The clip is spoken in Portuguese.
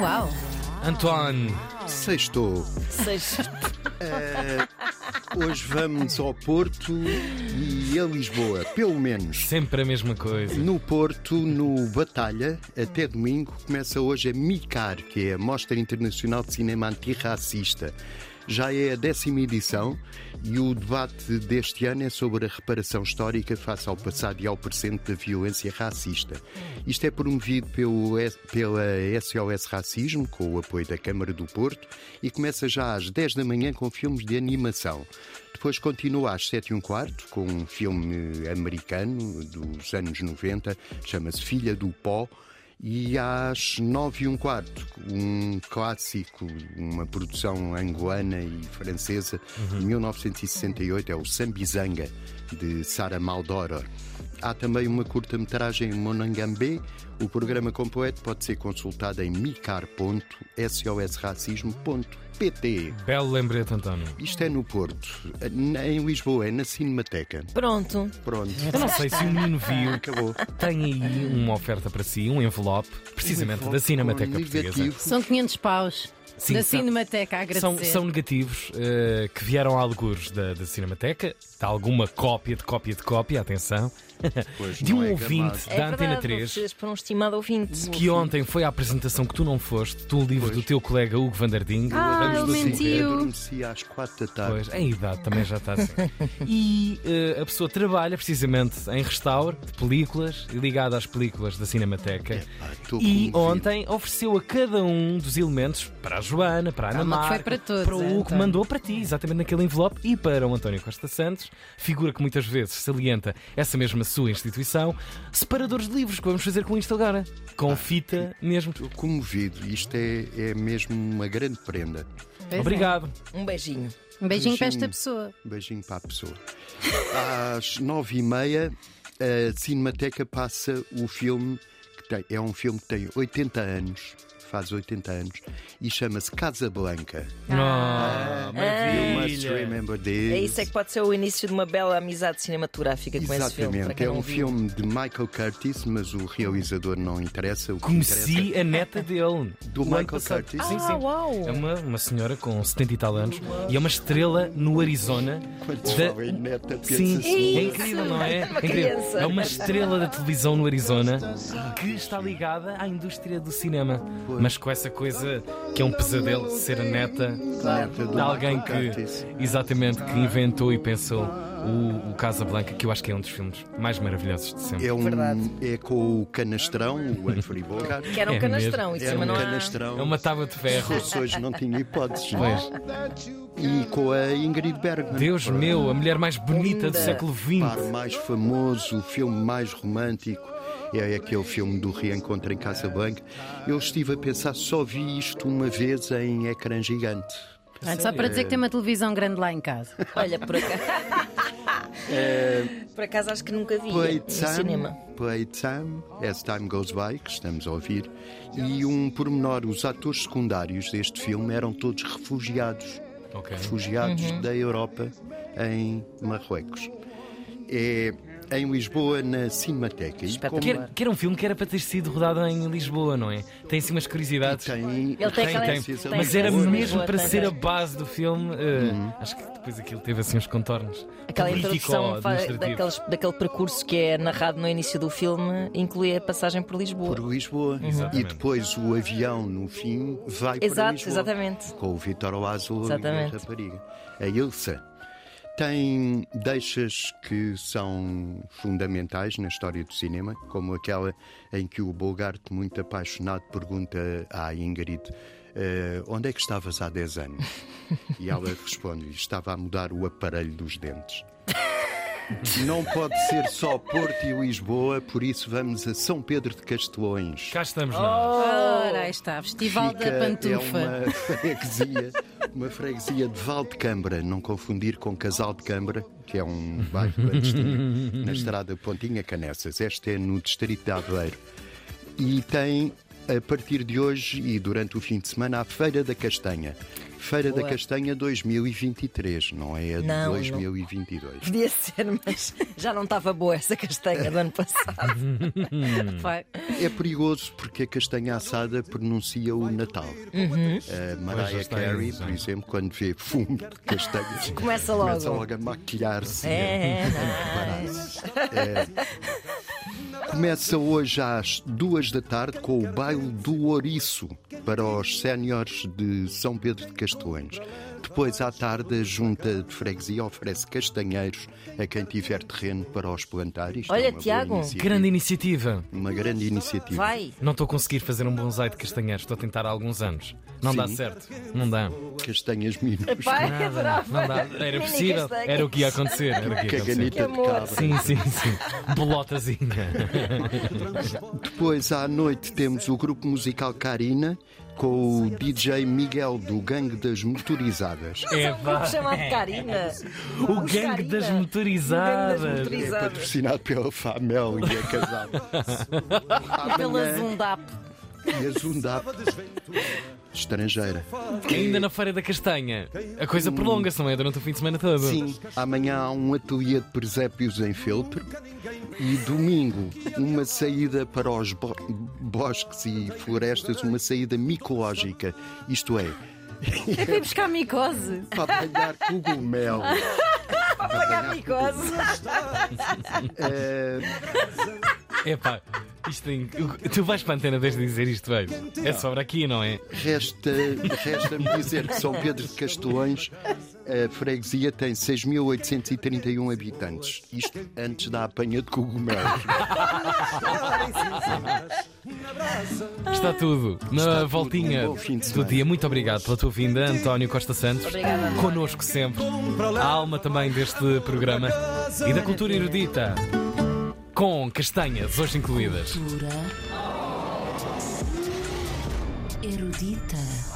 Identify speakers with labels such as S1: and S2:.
S1: Uau!
S2: Antoine,
S3: Sextou. Eh,
S1: Seis.
S3: Hoje vamos ao Porto e a Lisboa, pelo menos.
S2: sempre a mesma coisa.
S3: No Porto, no Batalha, até domingo, começa hoje a MICAR, que é a Mostra Internacional de Cinema Antirracista. Já é a décima edição e o debate deste ano é sobre a reparação histórica face ao passado e ao presente da violência racista. Isto é promovido pelo, S- pela SOS Racismo, com o apoio da Câmara do Porto, e começa já às 10 da manhã com filmes de animação. Depois continua às 7 e um quarto com um filme americano dos anos 90, chama-se Filha do Pó. E às 9 e um quarto, um clássico, uma produção angolana e francesa de 1968, é o Sambizanga, de Sara Maldoror. Há também uma curta-metragem em Monangambé. O programa completo pode ser consultado em micar.sosracismo.pt.
S2: Belo lembrete, António.
S3: Isto é no Porto, em Lisboa, é na Cinemateca.
S1: Pronto.
S3: Pronto,
S2: Eu não sei se o menino viu
S3: acabou.
S2: tem aí uma oferta para si, um envelope, precisamente da Cinemateca
S3: Com
S2: Portuguesa.
S3: negativo.
S1: São 500 paus
S2: Sim,
S1: da
S2: são-
S1: Cinemateca a
S2: São,
S1: agradecer.
S2: são negativos eh, que vieram a algures da, da Cinemateca, de alguma cópia de cópia de cópia, atenção,
S3: Pois,
S2: de
S3: não
S2: um
S3: é
S2: ouvinte
S3: gamado.
S2: da Antena
S4: verdade,
S2: 3.
S4: vocês foram um estimado ouvinte.
S2: Que ontem foi à apresentação que tu não foste, do livro do teu colega Hugo Vandarding.
S1: Ah,
S3: Vamos
S1: ele
S3: dormir.
S1: mentiu.
S3: Adormeci às quatro da tarde.
S2: Pois, em idade também já está assim. E eh, a pessoa trabalha precisamente em restauro de películas, ligada às películas da Cinemateca.
S3: Epá, estou
S2: e
S3: comovido.
S2: ontem ofereceu a cada um dos elementos, para a Joana, para a Ana
S1: Calma, que foi
S2: Marca,
S1: para todos, é, então.
S2: para o que
S1: António.
S2: mandou para ti, exatamente naquele envelope, e para o António Costa Santos, figura que muitas vezes salienta essa mesma sua instituição, separadores de livros, que vamos fazer com isto agora. Com fita mesmo.
S3: Estou comovido. Isto é, é mesmo uma grande prenda.
S1: Pois é.
S2: Obrigado.
S4: Um beijinho.
S1: Um beijinho para
S3: Beijinho.
S1: esta pessoa.
S3: Um Beijinho para a pessoa. Às nove e meia, a Cinemateca passa o filme que tem, é um filme que tem 80 anos, faz 80 anos, e chama-se Casa Blanca.
S2: Ah,
S3: You must remember this.
S4: É isso é que pode ser o início de uma bela amizade cinematográfica com esse filme. para
S3: Exatamente,
S4: quem
S3: é
S4: não
S3: um
S4: viu.
S3: filme de Michael Curtis, mas o realizador não interessa. O que interessa
S2: Conheci a neta dele.
S3: Do
S2: o ano
S3: Michael
S2: passado.
S3: Curtis?
S2: Sim,
S1: Ah,
S2: sim.
S1: uau.
S2: É uma, uma senhora com 70 e tal anos e é uma estrela no Arizona.
S3: Quando se
S2: da-
S3: fala em neta,
S2: Sim,
S3: pensa-se
S2: é,
S1: isso.
S2: incrível, não é? É,
S4: uma
S2: incrível.
S4: criança.
S2: é uma estrela da televisão no Arizona que está ligada à indústria do cinema. Mas com essa coisa que é um pesadelo ser a neta
S3: neta do
S2: de alguém
S3: Michael
S2: que
S3: Curtis.
S2: exatamente que inventou e pensou o, o Casa Blanca, que eu acho que é um dos filmes mais maravilhosos de sempre.
S3: É, um,
S4: Verdade.
S3: é com o canastrão, o Humphrey Bogart.
S4: Que era um
S2: É
S4: canastrão,
S2: mesmo.
S4: isso
S3: Era um
S4: mas não há-
S3: canastrão.
S2: É uma tábua de ferro.
S3: Se hoje não tinha hipóteses. não é?
S2: Pois.
S3: E com a Ingrid Bergman.
S2: Deus
S3: Para-
S2: meu, a mulher mais bonita do
S4: Linda.
S2: século
S3: par
S2: XX.
S3: mais famoso, o filme mais romântico. É aquele filme do reencontro em Casablanca. Eu estive a pensar, só vi isto uma vez em ecrã gigante.
S1: Portanto, só para dizer que tem uma televisão grande lá em casa.
S4: Olha, por acaso.
S3: É,
S4: Por acaso acho que nunca vi
S3: Play
S4: no cinema.
S3: Time, Play Time, As Time Goes By, que estamos a ouvir. E um pormenor, os atores secundários deste filme eram todos refugiados.
S2: Ok.
S3: refugiados da Europa em Marrocos. É em Lisboa, na Cinemateca. E como
S4: Espetacular.
S2: Que era, que era um filme que era para ter sido rodado em Lisboa, não é? Tem assim umas curiosidades.
S3: tem,
S4: Ele tem aquela-
S2: tem.
S4: tem-
S2: Mas era
S4: Lisboa,
S2: mesmo
S4: tem
S2: para ser a
S4: razão.
S2: base do filme. eh, Acho que depois aquilo teve assim uns contornos.
S4: Aquela introdução fa-
S2: político-administrativos.
S4: daqueles, daquele percurso que é narrado no início do filme inclui a passagem por Lisboa.
S3: por Lisboa. E
S2: Exatamente.
S3: depois o avião, no fim, vai para
S4: Exato,
S3: Lisboa.
S4: exatamente.
S3: Com o Vitor Oazo e a
S4: Exatamente.
S3: rapariga. A Ilsa. Tem deixas que são fundamentais na história do cinema, como aquela em que o Bogart, muito apaixonado, pergunta à Ingrid "Eh, onde é que estavas há 10 anos? E ela responde estava a mudar o aparelho dos dentes. Não pode ser só Porto e Lisboa, por isso vamos a São Pedro de Castelões.
S2: Cá estamos nós.
S1: Ora, aí está, Festival
S3: Fica-
S1: da Pantufa.
S3: É uma freguesia, uma freguesia de Val de Câmara, não confundir com Casal de Câmara, que é um bairro clandestino, na estrada Pontinha Canessas. Este é no distrito de Aveiro. E tem a partir de hoje e durante o fim de semana, a Feira da Castanha. Feira
S4: Boa.
S3: da Castanha 2023, não é a de
S4: Não, não.
S3: 2022.
S4: Podia ser, mas já não estava boa essa castanha do ano passado.
S1: Vai.
S3: É perigoso porque a castanha assada pronuncia o Natal.
S4: Uhum.
S3: A Mariah
S2: Pois, já está
S3: Carey,
S2: aí,
S3: por
S2: sim.
S3: exemplo, quando vê fumo de castanhas,
S4: Começa logo.
S3: começa logo a maquilhar-se.
S4: É, não.
S3: É. Começa hoje às duas da tarde com o baile do Ouriço para os séniores de São Pedro de Castelões. Depois, à tarde, a Junta de Freguesia oferece castanheiros a quem tiver terreno para os plantar. Isto
S4: Olha,
S3: é uma boa
S4: Tiago.
S3: iniciativa.
S2: Grande iniciativa.
S3: Uma grande iniciativa.
S4: vai.
S2: Não estou a conseguir fazer um bonsai de castanheiros, estou a tentar há alguns anos. Não dá
S3: Sim.
S2: certo. Não dá.
S3: Castanhas minúsculas.
S4: Pai,
S2: Não,
S4: adorava.
S2: não dá. Era
S4: Mini
S2: possível.
S4: castanha.
S2: Era o que ia acontecer. Era o que ia acontecer.
S3: Caganita de
S4: amor.
S3: cabra.
S2: Sim, sim, sim. Bolotazinha.
S3: Depois, à noite, temos o grupo musical Carina com o DJ Miguel do Gangue das Motorizadas.
S2: É
S4: Um grupo
S2: vá.
S4: chamado Karina.
S2: O
S4: Os
S2: gangue das
S4: Karina. O um gangue das
S2: motorizadas.
S3: É
S4: motorizadas.
S3: patrocinado pela Famel e é casado.
S1: Pela
S3: Amanhã,
S1: Zundap.
S3: e a Zundap estrangeira.
S2: Ainda na Feira da Castanha. A coisa prolonga-se, não é? Durante o fim de semana todo.
S3: Sim, amanhã há um ateliê de presépios em feltro e domingo uma saída para os bo- bosques e florestas, uma saída micológica, isto é,
S1: É para ir buscar micose.
S3: para apanhar cogumelo.
S4: Pagar micose.
S3: Eh,
S2: É pá. Isto tem... Tu vais para a antena desde dizer isto, velho. É sobre aqui, não é?
S3: Resta- Resta-me dizer que São Pedro de Castelões, a freguesia tem 6.831 habitantes. Isto antes da apanha de cogumelos.
S4: Ah.
S2: Está tudo na
S3: tudo.
S2: voltinha
S3: Um bom fim
S2: do
S3: de semana.
S2: dia. Muito obrigado pela tua vinda, António Costa Santos.
S4: Obrigada, António.
S2: Connosco sempre. A alma também deste programa e da cultura erudita. Com castanhas, hoje incluídas.
S5: Cultura erudita.